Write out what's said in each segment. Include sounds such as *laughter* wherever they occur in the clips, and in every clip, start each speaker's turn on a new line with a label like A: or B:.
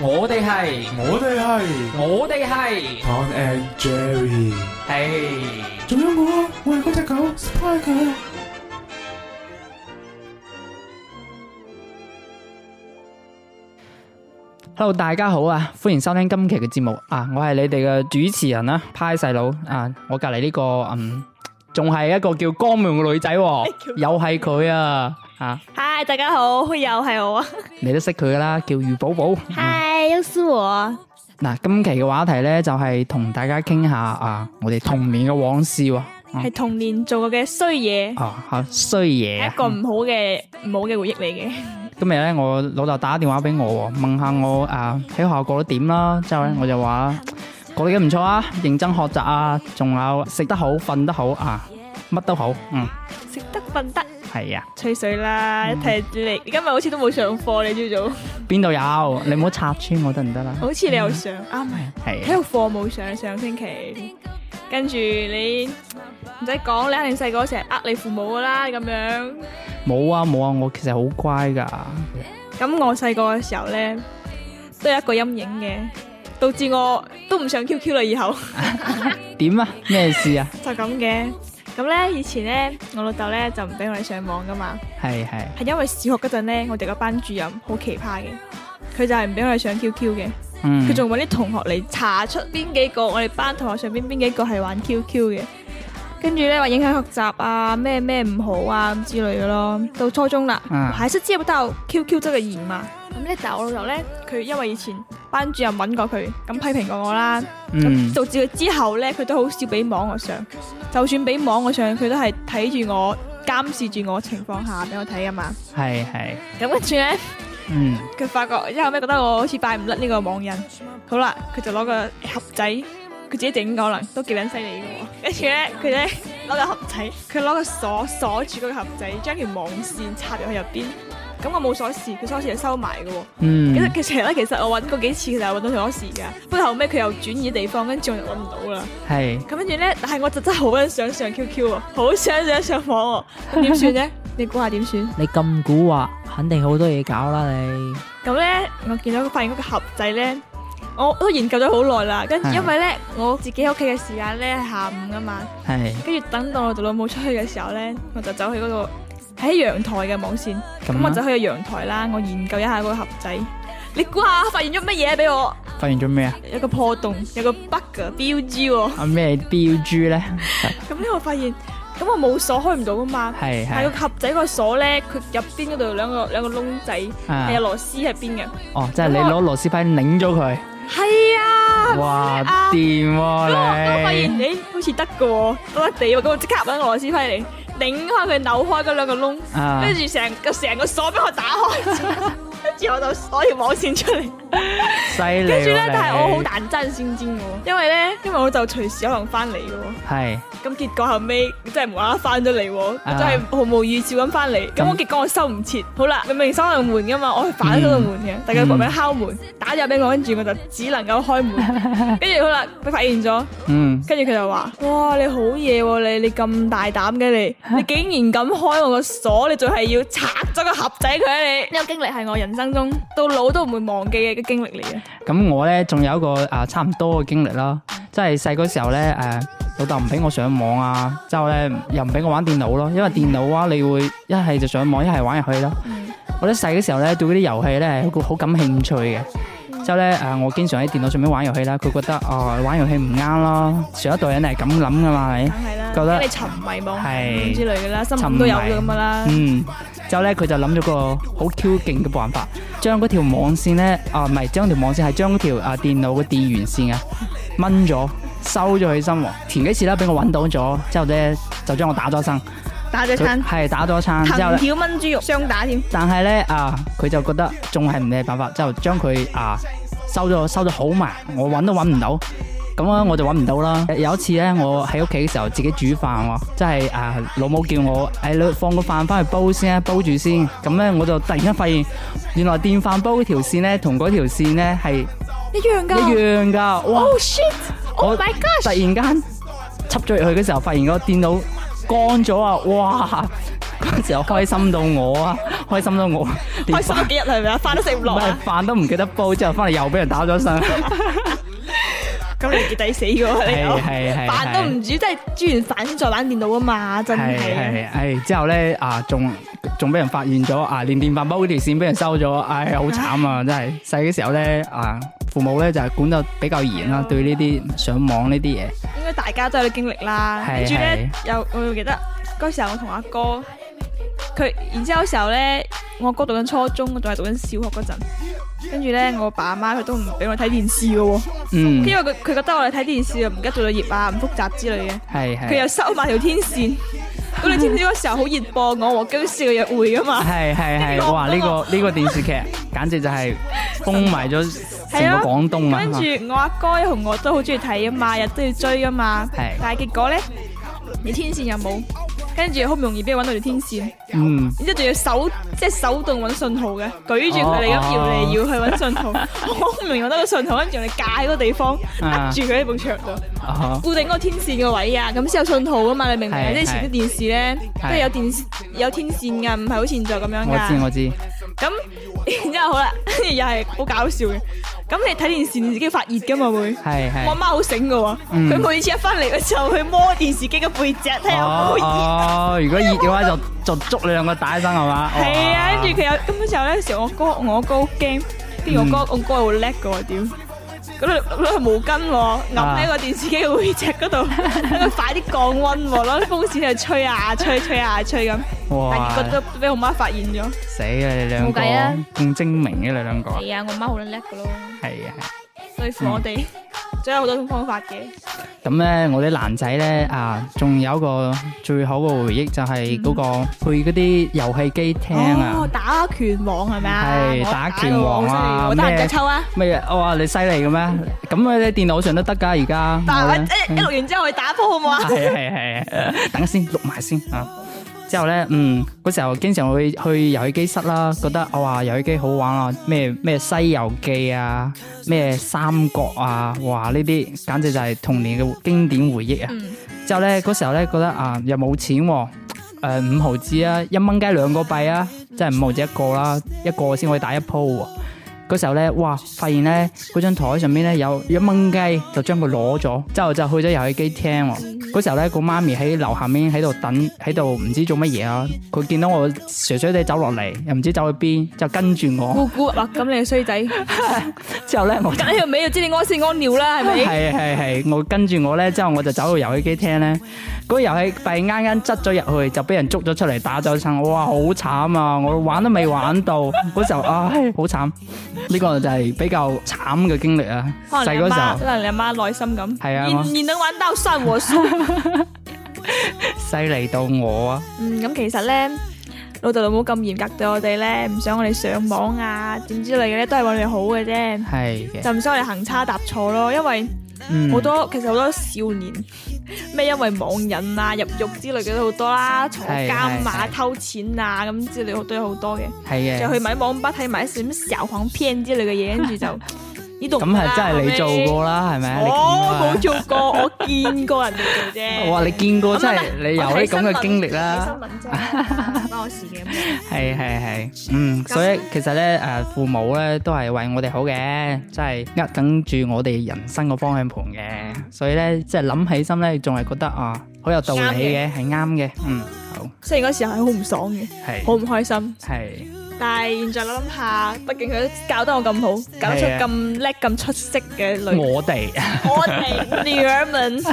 A: 我哋係，
B: 我哋係
A: 我哋係，
B: Tom and Jerry，
A: 係。
B: 仲有我，我係嗰只狗 Spy 狗。
A: Hello，大家好啊，歡迎收聽今期嘅節目啊，我係你哋嘅主持人啦，派細佬啊，我隔籬呢個嗯，仲係一個叫江妙嘅女仔喎，又係佢啊，啊，
C: 嗨，大家好，又係我啊！
A: 你都識佢噶啦，叫余寶寶。啊
C: 嗨，又是我。
A: 嗱，今期嘅話題咧就係同大家傾下啊，我哋童年嘅往事喎，
C: 係童年做過嘅衰嘢，
A: 啊，啊衰嘢
C: 係
A: 啊
C: 一。個唔好嘅唔好嘅回憶嚟嘅。
A: 今日咧，我老豆打電話俾我喎，問下我啊喺學校過得點啦。之後咧，我就話過得幾唔錯啊，認真學習啊，仲有食得好、瞓得好啊，乜都好。嗯，
C: 食得瞓得，
A: 係啊，
C: 吹水啦！睇你你今日好似都冇上課，你朝早，
A: 邊度有？你唔好拆穿我得唔得 *laughs* 啦？
C: 好似你有上，啱係
A: 係
C: 體
A: 啊
C: 育課冇上上星期。跟住你唔使講，你肯定細個成日呃你父母噶啦咁樣。
A: 冇啊冇啊，我其實好乖㗎。
C: 咁我細個嘅時候咧，都有一個陰影嘅，導致我都唔上 QQ 啦以後。
A: 點啊？咩事啊？
C: 就咁嘅。咁咧，以前咧，我老豆咧就唔俾我哋上網噶嘛，
A: 係係
C: 係因為小學嗰陣咧，我哋個班主任好奇葩嘅，佢就係唔俾我哋上 QQ 嘅，
A: 嗯
C: 佢仲揾啲同學嚟查出邊幾個我哋班同學上邊邊幾個係玩 QQ 嘅，跟住咧話影響學習啊，咩咩唔好啊咁之類嘅咯。到初中啦，
A: 嗯
C: 我還是接不到 QQ 這個瘾嘛。咁咧，但係我老豆咧，佢因為以前班主任揾過佢，咁批評過我啦。
A: 嗯
C: 咁導致佢之後咧，佢都好少俾網我上，就算俾網我上，佢都係睇住我監視住我情況下俾我睇噶嘛。
A: 係係
C: 咁跟住咧，
A: 嗯
C: 佢發覺之後尾覺得我好似擺唔甩呢個網癮，好啦，佢就攞個盒仔，佢自己整可能都幾撚犀利嘅喎。跟住咧，佢咧攞個盒仔，佢攞個鎖鎖住嗰個盒仔，將條網線插入去入邊。咁我冇鎖匙，佢鎖匙就收埋嘅喎。其實
A: 嗯
C: 其實咧，其實我揾過幾次，其實係揾到佢鎖匙㗎。不過後尾佢又轉移地方，跟住我就揾唔到啦。
A: 係
C: 咁跟住咧，但係我就真係好撚想上 QQ 喎，好想上上網喎，咁點算
A: *laughs*
C: 咧？你估下點算？
D: 你咁古惑，肯定好多嘢搞啦你。
C: 咁咧，我見到發現嗰個盒仔咧，我都研究咗好耐啦。跟住
A: 係
C: 因為咧，我自己喺屋企嘅時間咧係下午噶嘛，
A: 係
C: 跟住等到我老母出去嘅時候咧，我就走去嗰度喺陽台嘅網線，咁
A: 咁
C: 我就
A: 啊。
C: 去陽台啦，我研究一下嗰個盒仔。你估下發現咗乜嘢俾我？
A: 發現咗咩啊？
C: 有個破洞，有個 bug 嘅標誌喎。
A: 啊咩標珠 *laughs* 咧？
C: 咁呢，我發現，咁我冇鎖開唔到噶嘛。
A: 係
C: 但係
A: 係
C: 個盒仔個鎖咧，佢入邊嗰度兩個兩個窿仔，
A: 啊
C: 係有螺絲喺邊嘅。
A: 哦，即係你攞螺絲批擰咗佢。
C: 係啊，
A: 哇，
C: 啊
A: 掂
C: 咁我咁我發
A: 喎
C: 現，
A: 你！
C: 咦，好似得嘅喎，得得地喎，咁我即刻揾個螺絲批嚟擰開佢，扭開嗰兩個窿，
A: 啊
C: 跟住成個成個鎖俾我打開，跟住我就攞條網線出嚟。
A: 犀利喎你。
C: 跟
A: 跟
C: 住咧，但係我好蛋真先尖嘅喎，因為咧，因為我就隨時可能翻嚟嘅喎。
A: 係
C: 咁結果後尾真係無啦啦翻咗嚟喎，我
A: 啊
C: 真係毫無預兆咁翻嚟。咁我結果我收唔切，好啦，明明收人門噶嘛，我係反咗個門嘅，但係佢搏命敲門，打咗俾我，跟住我就只能夠
A: *laughs*
C: 開門。跟住好啦，佢發現咗，
A: 嗯
C: 跟住佢就話：哇，你好嘢喎，你你咁大膽
A: *laughs*
C: 嘅你，你竟然敢開我個鎖，你仲係要拆咗個盒仔佢啊你！呢個經歷係我人生中到老都唔會忘記嘅嘅經歷嚟嘅。
A: 咁我咧仲有一個啊差唔多嘅經歷啦，即係細個時候咧誒老豆唔俾我上網啊，之後咧又唔俾我玩電腦咯，因為電腦啊你會一係就上網，一係玩遊戲咯。我咧細嘅時候咧對嗰啲遊戲咧係好好感興趣嘅。之後咧，誒我經常喺電腦上面玩遊戲啦，佢覺得哦玩遊戲唔啱咯，上一代人係咁諗噶嘛，係咪？
C: 梗係啦，
A: 覺得
C: 因為你沉迷網
A: 係
C: 之類嘅啦，新聞都有嘅咁嘅啦。
A: 嗯，之後咧佢就諗咗個好 Q 勁嘅辦法，將嗰條網線咧，啊唔係將條網線係將嗰條啊電腦嘅電源線啊掹咗，收咗佢身喎。前幾次咧俾我揾到咗，之後咧就將我打咗一餐，
C: 打咗餐。
A: 係打咗一餐之後
C: 藤
A: 咧，
C: 條炆豬肉雙打添，
A: 但係咧啊佢就覺得仲係唔係辦法，之後將佢啊收咗收咗好埋，我揾都揾唔到。咁啊，我就揾唔到啦。有一次咧，我喺屋企嘅時候自己煮飯喎，即係啊老母叫我哎誒你放個飯翻去煲先啊，煲住先。咁咧我就突然間發現，原來電飯煲嗰條線咧同嗰條線咧係
C: 一樣噶。
A: 一樣㗎。哇！
C: Oh shit！Oh
A: 我
C: my god！
A: 突然間插咗入去嘅時候，發現個電腦乾咗啊！哇！嗰時候開心到我啊，開心到我，連
C: 開心咗幾日啦，係咪啊？飯都食唔
A: 唔
C: 落
A: 係
C: 啊！
A: 飯都唔記得煲，之後翻嚟又俾人打咗身，
C: 咁你結底死嘅喎， *laughs* 你
A: 係
C: 講
A: 係係，
C: *laughs* 飯都唔煮，即係煮完飯先再玩電腦啊嘛，真
A: 係
C: 係啊。
A: 係係，之後咧啊，仲仲俾人發現咗啊，連電飯煲條線俾人收咗，唉，好慘
C: *laughs*
A: 啊！真係細嘅時候咧啊，父母咧就係管得比較嚴啦，對呢啲上網呢啲嘢，
C: 應該大家都有啲經歷啦。
A: 係
C: 跟住咧，
A: 係
C: 又我仲記得嗰時候我同阿哥，佢然之後嗰時候咧，我阿哥讀緊初中，我仲係讀緊小學嗰陣。跟住咧，我爸媽佢都唔俾我睇電視嘅喎，
A: 嗯，
C: 因為佢佢覺得我哋睇電視又唔記得做作業啊、唔複習之類嘅，
A: 係係
C: 佢又收埋條天線。咁你知唔知嗰時候好熱播《我和僵屍》嘅約會噶嘛？
A: 係係係，哇！呢個呢個電視劇簡直就係封埋咗成個廣東
C: 跟
A: 啊！
C: 住我阿哥同我都好中意睇啊嘛，日都要追啊嘛。
A: 係
C: 但係結果咧，你天線又冇，跟住好唔容易俾人揾到條天線，
A: 嗯，
C: 然之後仲要手即係手動揾信號嘅，舉住佢哋咁搖嚟搖去
A: *laughs*
C: 揾信號，好唔容易揾到個信號，跟住你界嗰個地方，
A: 啊
C: 扼住佢喺埲牆度，
A: 啊
C: 固定嗰個天線嘅位啊，咁先有信號噶嘛，你明唔明啊？
A: 係
C: 即係以前啲電視咧，
A: 係
C: 都係有電視有天線㗎，唔係好似現在咁樣
A: 我
C: 㗎
A: 知。我知，
C: 咁 *laughs* 然之後好啦，跟住又係好搞笑嘅。咁你睇電視你自己發熱噶嘛會？
A: 係
C: 我阿
A: 係。
C: 媽好醒噶喎，
A: 嗯
C: 佢每次一翻嚟嘅時候，佢摸電視機嘅背脊睇下有
A: Ờ,
C: 冇熱。
A: 哦，如果熱嘅話就就捉你兩個打一身係嘛？
C: 係啊，
A: Ờ.
C: 跟住佢有咁嗰時候咧，有時我哥我哥好驚，跟住我哥我哥好叻噶喎，屌！咁佢攞條毛巾喎，揞喺個電視機嘅背脊嗰度，等佢快啲降温喎，攞啲風扇喺度吹啊吹吹啊吹咁，
A: 佢
C: 但
A: 哇
C: 係結果都俾我媽發現咗。
A: 死啊！你兩個
C: 冇計啊
A: 咁精明嘅你兩個，
C: 係啊，我媽好叻噶咯，
A: 係啊係。
C: 對付我哋，仲有好多種方法嘅。
A: 咁咧，我啲男仔咧啊，仲有一個最好嘅回憶就係嗰個配嗰啲遊戲機廳啊
C: 哦，，打拳王係咪啊？
A: 係
C: 我
A: 打拳王啊
C: 我得
A: 咩
C: 閒就抽啊！
A: 咩嘢？我話你犀利嘅咩？咁喺電腦上都得㗎，而家。
C: 但
A: 我
C: 係
A: 呢
C: 我一一錄完之後去打波好唔好啊？
A: *laughs* 係啊係啊係啊，等下先錄埋先啊。之後咧，嗯，嗰時候經常會去遊戲機室啦，覺得我話遊戲機好玩啊，咩咩西遊記啊，咩三國啊，哇呢啲簡直就係童年嘅經典回憶啊。
C: 嗯
A: 之後咧，嗰時候咧覺得啊又冇錢喎、誒五毫子啊，一蚊雞兩個幣啊，即係五毫子一個啦，一個先可以打一鋪喎、嗰時候咧，哇！發現咧嗰張台上面咧有一蚊雞，就將佢攞咗，之後就去咗遊戲機廳喎。嗰時候咧，個媽咪喺樓下面喺度等，喺度唔知做乜嘢啊！佢見到我衰衰地走落嚟，又唔知走去邊，就跟住我。
C: 咕咕，哇！咁你係衰仔，隔
A: 之後咧，我就
C: 呢條尾就知你屙屎屙尿啦，係咪？
A: 係係係，我跟住我咧，之後我就走到遊戲機廳咧，嗰、個遊戲幣啱啱執咗入去，就俾人捉咗出嚟打咗一身，哇，好慘啊！我玩都未玩到，嗰時候唉，好慘，呢、個就係比較慘嘅經歷啊！
C: 可能
A: 細
C: 你
A: 嗰
C: 阿
A: 時候
C: 媽，可。能你阿媽內心咁，
A: 係啊我
C: 然然能玩到山和書。
A: 犀利到我啊！
C: *laughs* 嗯，咁其實咧，老豆老母咁嚴格對我哋咧，唔想我哋上網啊，點之類嘅咧，都係為我哋好嘅啫，
A: 係嘅，
C: 就唔想我哋行差踏錯咯，因為。
A: 嗯
C: 好多其實好多少年 *laughs* 咩因為網癮啊、入獄之類嘅都好多啦，坐
A: 係
C: 監啊
A: 係、係
C: 偷錢啊咁之類好多好多嘅，
A: 係
C: 就
A: 嘅，
C: 去埋啲網吧睇埋啲小黃片之類嘅嘢，跟
A: *laughs*
C: 住就呢度唔
A: 咁
C: 得啦
A: 係真係你做。過啦，係咪啊？你見過
C: 我
A: 啦
C: 冇做過，我見過人哋做啫。
A: 哇！你見過真
C: 咁啊
A: 係你有啲咁嘅經歷啦，
C: 我睇新聞啫，唔關我事嘅。
A: 係係係，嗯，所以其實咧誒，父母咧都係為我哋好嘅，真係呃緊住我哋人生個方向盤嘅，所以咧即係諗起身咧，仲係覺得啊，好有道理嘅，係啱嘅，嗯，好，
C: 雖然嗰時候係好唔爽嘅，好
A: 係
C: 唔開心，
A: 係
C: 但係現在諗諗下，畢竟佢都教得我咁好，搞得出
A: 係啊
C: 咁叻、咁出色嘅女
A: 我哋 *laughs*
C: 我哋女兒們，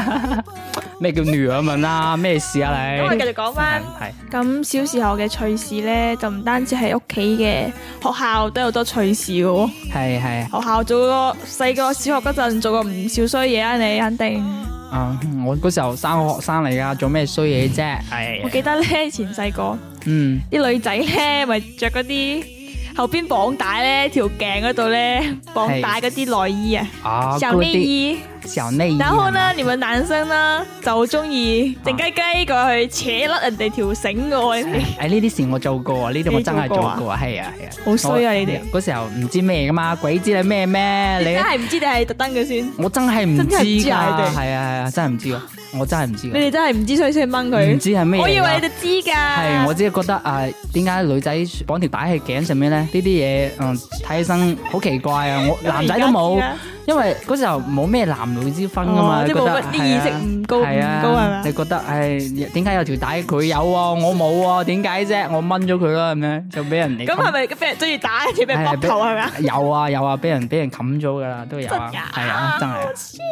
A: 咩叫女兒們啊？咩事啊你？
C: 咁我繼續講翻。
A: 係
C: 咁小時候嘅趣事咧，就唔單止係屋企嘅，學校都有好多趣事嘅喎。
A: 係係。
C: 學校做過細個小學嗰陣做過唔少衰嘢啊，你肯定。
A: 啊！我嗰時候生個學生嚟噶，做咩衰嘢啫？係
C: 我記得咧，以前細個
A: 嗯，
C: 啲女仔咧，咪着嗰啲後邊綁帶咧，條頸嗰度咧綁帶嗰啲內衣啊，
A: 啊，
C: 小
A: 嗰
C: 內
A: 啲
C: 衣。
A: 小內衣
C: 然後
A: 係嘛，
C: 呢，你們男生呢，就中意靜雞雞過去扯甩人哋條繩嘅喎，你哋
A: *laughs* 哎呢啲事我做過啊，呢啲我真係做
C: 你做
A: 過啊，係啊係啊，
C: 好衰啊
A: 我
C: 你哋
A: 嗰時候唔知咩噶嘛，鬼知你咩咩
C: 真
A: 你。
C: 係唔知定係特登嘅先。
A: 我真係唔
C: 真係唔
A: 知
C: 知
A: 㗎，係
C: 啊
A: 啊
C: 你哋
A: 係啊，真係唔知㗎。我真係唔知
C: 你
A: 㗎，
C: 哋真系唔知所以先去掹
A: 唔
C: 佢。
A: 知係咩嘢啦。
C: 我以為你哋知㗎。
A: 係，我只係覺得啊，點解女仔綁條帶喺頸上面咧？呢啲嘢嗯睇起身好奇怪啊！我男仔都冇，因為嗰時候冇咩男女之分噶嘛，
C: 哦即係
A: 覺得
C: 冇乜啲意識唔高
A: 係啊
C: 唔高係咪
A: 你覺得唉點解有條帶佢有啊，我冇啊？點解啫？我掹咗佢啦，咁樣就俾人哋
C: 咁係
A: 冚
C: 咪俾人中意打，跟住俾人
A: 係
C: 剝頭係咪啊？
A: 有啊有啊，俾人俾人冚咗噶啦， *laughs* 都有啊，
C: 真㗎
A: 係啊，真係啊。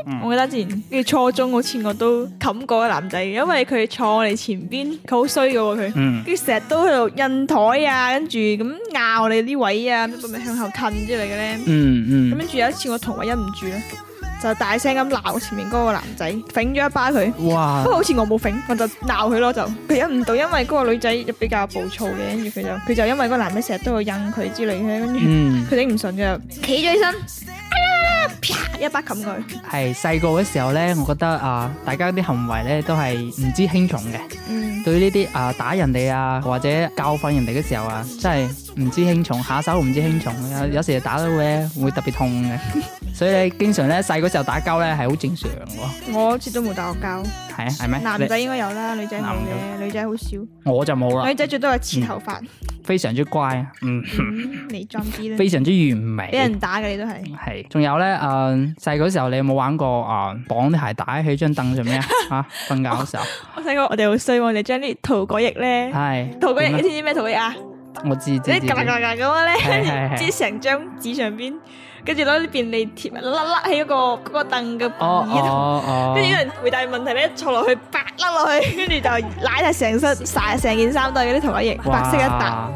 A: 嗯
C: 我記得之前跟住初中好似我都冚過個男仔，因為佢坐我哋前邊，佢好衰嘅喎 *laughs* 佢。
A: 嗯，
C: 跟住成日都喺度印台啊，跟住咁拗你呢位啊，咁咪向後近之類嘅咧。
A: 嗯
C: 咁
A: 嗯，
C: 跟住有一次我同學忍唔住咧，就大聲咁鬧前面嗰個男仔，揈咗一巴佢。
A: 哇
C: 不過，好似我冇揈，我就鬧佢咯，就佢忍唔到，因為嗰個女仔比較暴躁嘅，跟住佢就佢就因為嗰個男仔成日都會印佢之類嘅，跟住
A: 嗯，
C: 佢頂唔順就企咗起身，哎呀哎呀啪一巴冚佢。
A: 係細個嘅時候咧，我覺得啊，大家啲行為咧都係唔知輕重嘅。 *laughs*
C: 嗯，
A: 對呢啲啊打人哋啊或者教訓人哋嘅時候啊，真係唔知輕重，下手唔知輕重，有有時打到咧會特別痛嘅，所以咧經常咧細嗰時候打交咧係好正常喎，
C: 我好似都冇打過交，
A: 係啊係咩？
C: 男仔應該有啦，女仔冇
A: 男
C: 嘅，女仔好少，
A: 你我就冇啦
C: 女，仔最多係黐頭髮，
A: 非常之乖，嗯，
C: 嗯
A: *laughs*
C: 你裝啲啦
A: 非，常之完
C: 俾
A: 美。
C: 人打嘅你都係。
A: 係，仲有咧，誒細嗰時候你有冇玩過啊綁啲鞋帶喺張凳上面啊？嚇瞓覺嘅
C: *laughs*
A: 時候，
C: 我細個我哋好衰喎，我哋將啲塗改液咧，
A: 係
C: 塗改液
A: 點
C: 你
A: 啊
C: 知唔知咩塗改液啊？
A: 我知知
C: 即係
A: 知知
C: 格格格格咁樣咧，
A: 係
C: *laughs*
A: 係係
C: 跟住即係成張紙上邊，跟住攞啲便利貼咪甩甩喺嗰個嗰個凳嘅椅
A: 哦
C: 度，
A: 哦哦，
C: 跟住有人回答問題咧，坐落去白
A: *laughs*
C: 甩落去，跟住就舐晒成身，晒成件衫都係嗰啲同學液，白色一笪，
A: 哇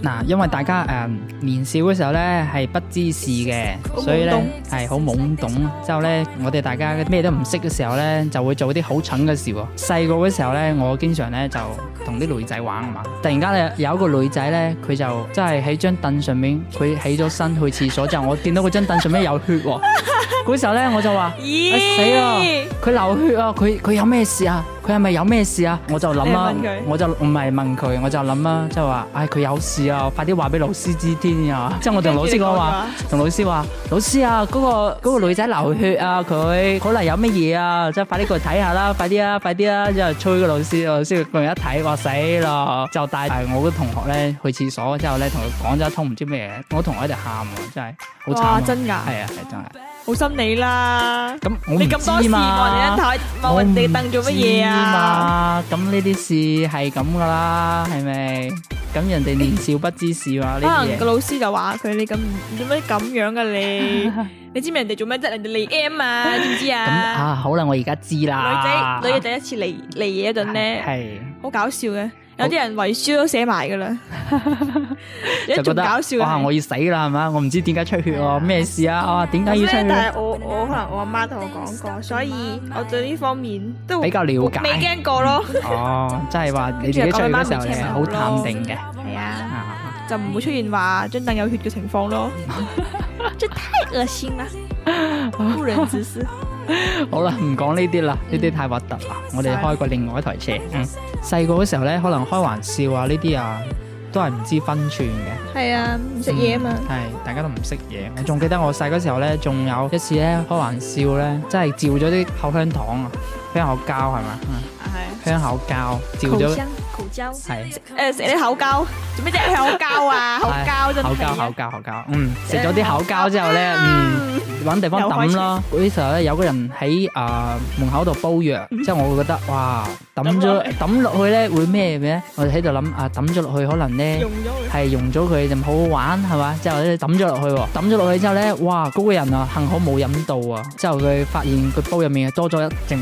A: 嗱，因為大家誒、年少嘅時候咧係不知事嘅
C: 好，
A: 所以咧
C: 懵懂
A: 係好懵懂。之後咧，我哋大家咩都唔識嘅時候咧，就會做啲好蠢嘅事喎。細個嘅時候咧，我經常咧就同啲女仔玩啊嘛。突然間咧有一個女仔咧，佢就真係喺張凳上面，佢起咗身去廁所之後，我見到嗰張凳上面有血喎。嗰時候咧我就話。哎死啊
C: 咦，！
A: 佢流血啊！佢佢有咩事啊？佢係咪有咩事啊？我就諗啦
C: 你係問佢，
A: 我就唔係問佢，我就諗啦，即係話，唉，佢有事啊！快啲話俾老師知添啊！即係我同老師講話，同老師話，老師啊，嗰、個嗰個女仔流血啊，佢可能有乜嘢啊？即係快啲過去睇下啦，快啲啊，快啲啊！之後催個老師，老師佢一睇，我死咯！就帶埋我個同學咧去廁所之後咧，同佢講咗一通唔知咩嘢，我同學喺度喊喎，真係好慘啊！
C: 哇真㗎
A: 係啊，係真係。
C: 好心你啦，
A: 咁我唔
C: 你咁多
A: 知
C: 事望
A: 嘛
C: 你一台望人哋凳做乜嘢啊？
A: 我唔知嘛？咁呢啲事係咁噶啦，係咪？咁人哋年少不知事嘛，呢
C: 可
A: 啲
C: 能個
A: 嘢。
C: 老師就話佢你咁你點解咁樣嘅你？你知唔知人哋做咩啫？人哋嚟 M 啊，知唔知
A: 咁
C: 啊？
A: 啊，好啦，我而家知啦。
C: 女仔女嘅第一次嚟嚟嘢嗰陣咧，
A: 係
C: 好搞笑嘅，有啲人遺書都寫埋噶啦，
A: 就
C: 有啲
A: 覺
C: 仲
A: 得
C: 搞笑啊嘅
A: 哇，
C: 係。
A: 我要死啦，係嘛？我唔知點解出血喎，咩事啊？
C: 哦
A: 啊，點解要出
C: 咁咧
A: 血？
C: 但係我我可能我阿媽同我講過，所以我對呢方面都
A: 比較了
C: 未
A: 解。
C: 驚過咯。
A: 哦，即係話你自己出血嘅時候，你係好淡定嘅。
C: 係
A: à?
C: 啊，
A: 啊，
C: 就唔會出現話張凳有血嘅情況咯。這太惡心啦，不忍直視。
A: 好啦，唔講呢啲啦，呢
C: 嗯
A: 啲太核突啦。我哋開過另外一台車。嗯，細個嘅時候咧，可能開玩笑啊，呢啲啊，都係唔知分寸嘅。
C: 係啊，唔食嘢啊
A: à?
C: 嘛。
A: 係，大家都唔識嘢。我仲記得我細嗰時候咧，仲有一次咧開玩笑咧，真係照咗啲口香糖啊，香口膠係嘛？嗯
C: 係。
A: 香口膠照咗，
C: 口膠。
A: 係
C: 誒食啲口膠，做咩啫？口膠啊，口膠真係。
A: 口膠口膠口膠，嗯，食咗啲口膠之後咧，嗯，揾地方抌咯。嗰時候咧有個人喺啊門口度煲藥，之後我會覺得哇，抌咗抌落去咧會咩嘅咧？我就喺度諗啊，抌咗落去可能咧。
C: 用咗佢。
A: 係用咗佢就唔好好玩係嘛，之後咧抌咗落去喎，抌咗落去之後咧，哇嗰個人啊幸好冇飲到啊，之後佢發現佢煲入面多咗一淨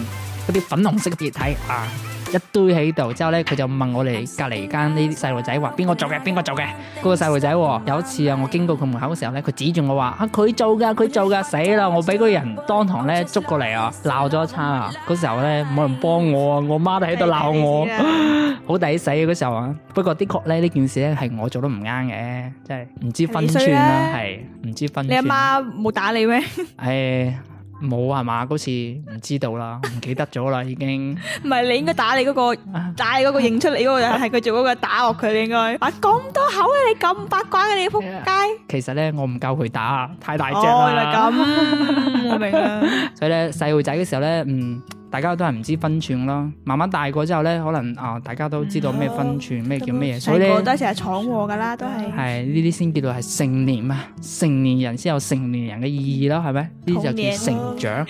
A: 嗰啲粉紅色嘅液體啊。一堆喺度，之後咧佢就問我哋隔離間呢啲細路仔話邊個做嘅，邊個做嘅？嗰、個細路仔喎，有一次啊，我經過佢門口嘅時候咧，佢指住我話啊佢做㗎，佢做㗎，死啦！我俾嗰個人當堂咧捉過嚟啊，鬧咗一餐啊！嗰時候咧冇人幫我啊，我媽都喺度鬧
C: 啊
A: 我。好抵死嗰時候啊！不過的確咧，呢件事咧係我做得唔啱嘅，即係唔知分寸啦，係唔知分
C: 啊你阿
A: 寸。
C: 媽冇打你咩？
A: 誒冇係嘛？嗰次唔知道啦，唔記得咗啦已經。
C: 唔係你應該打你嗰個，打你嗰個認出你嗰個人係佢做嗰個打落佢，你應該。啊咁多口嘅你咁八卦嘅你仆街。
A: 其實咧我唔夠佢打，太大隻
C: 哦，原來
A: 啦。
C: 咁，我明啦。
A: 所以咧細路仔嘅時候咧，嗯，大家都係唔知分寸啦。慢慢大個之後咧，可能啊大家都知道咩分寸，咩叫咩嘢，所以
C: 細
A: 咧
C: 個哦都係成日闖禍噶啦，都係
A: 係呢啲先叫做係成年啊，成年人先有成年人嘅意義啦，係咪？呢啲就叫成長，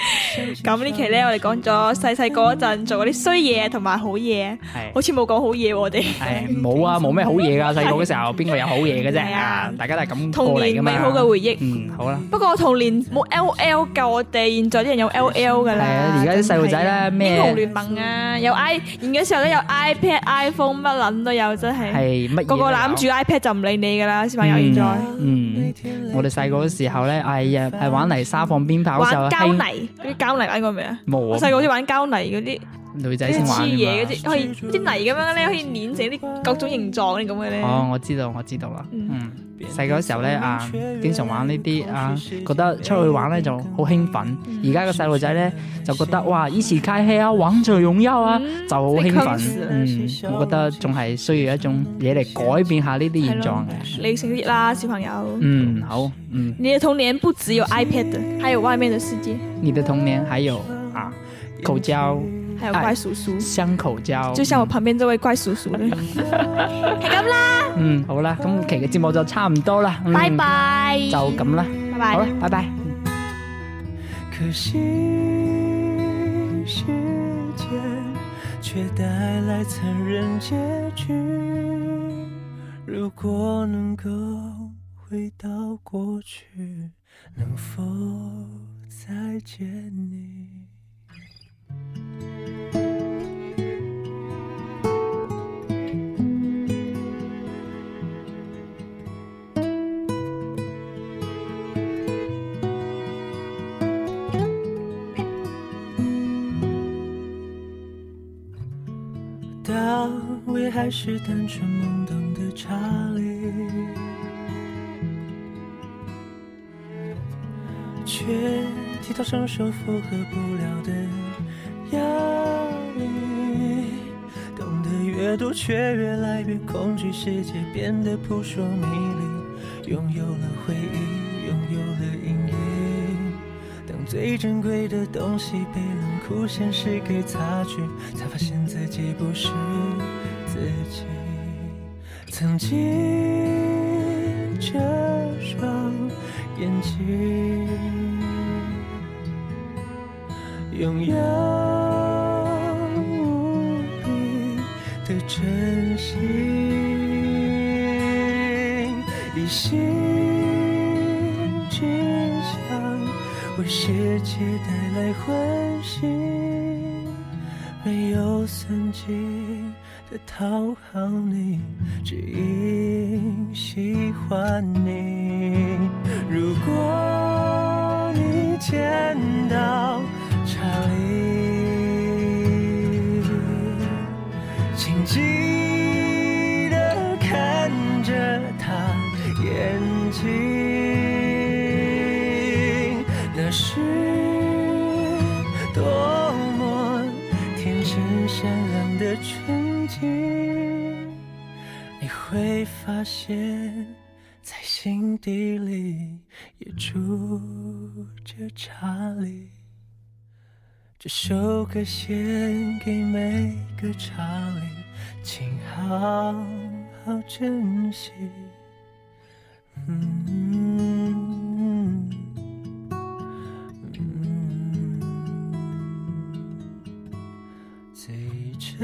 C: 咁呢期咧，我哋講咗細細個嗰陣做嗰啲衰嘢同埋好嘢，
A: 係
C: 好似冇講好嘢喎我哋。
A: 係冇
C: *laughs*
A: 啊，冇咩好嘢噶。細個嘅時候邊個有好嘢嘅啫
C: 係啊
A: 啊？大家都係咁
C: 童
A: 過嚟
C: 年
A: 噶嘛
C: 美。好嘅回憶。
A: 嗯，好啦。
C: 不過童年冇 L L 救我哋，現在啲人有 L L 噶
A: 係啊
C: 啦。
A: 而家啲細路仔
C: 真係啊
A: 咧咩
C: 英雄聯盟啊，有 i 然嘅時候咧有 iPad、iPhone 乜撚都有，真係
A: 係乜嘢？
C: 個個攬住。iPad 啊就唔理你噶啦，小朋友現在
A: 嗯，我哋細個嗰時候咧，哎呀，係玩泥沙放鞭炮嘅時候，
C: 玩膠
A: 興
C: 泥嗰啲膠泥玩過未啊？
A: 冇
C: 我
A: 啊，
C: 細個好似玩膠泥嗰啲，
A: 女仔
C: 嗰啲
A: 先玩㗎
C: 黐
A: 嘛啊
C: 嘢嗰啲，可以啲泥咁樣咧，可以捏成啲各種形狀嗰啲咁嘅咧。
A: 哦，我知道，我知道啦。嗯，細個嗰時候咧
C: 嗯
A: 啊，經常玩呢啲啊，覺得出去玩咧就
C: 嗯
A: 好興奮。而家個細路仔咧就覺得哇，以前開黑啊，王者榮耀啊，
C: 嗯
A: 就好興
C: 你吸
A: 奮
C: 食。
A: 嗯，我覺得仲係需要一種嘢嚟改變下呢啲現狀嘅。
C: 理性啲啦，小朋友。
A: 嗯，好，嗯，
C: 你的童年不只有 iPad，还有外面的世界，
A: 你的童年還有啊，口交、
C: 还有
A: 哎
C: 怪叔叔，
A: 香口交，
C: 就像我旁边这位怪叔叔的。
A: *laughs* 嗯，好啦，今期嘅節目就差唔多啦，嗯
C: 拜，拜，
A: 就咁啦，
C: 拜
A: 好啦拜
C: 拜。，
A: 拜。
E: 可惜，时间却带来残忍结局。如果能够回到过去，能否再见你？当我还是单纯懵懂的查理，却提到承受负荷不了的压力，懂得越多却越来越恐惧，世界变得扑朔迷离，拥有了回忆，拥有了阴影。当最珍贵的东西被冷酷现实给擦去，才发现自己不是自己。曾经这双眼睛，拥有无比的真心，一心只想。为世界带来欢喜，没有算计的讨好你，只因喜欢你。如果你见到查理，请记得看着他眼睛，那是多么天真善良的纯净。你会发现，在心底里也住着查理。这首歌献给每个查理，请好好珍惜。嗯嗯，最真。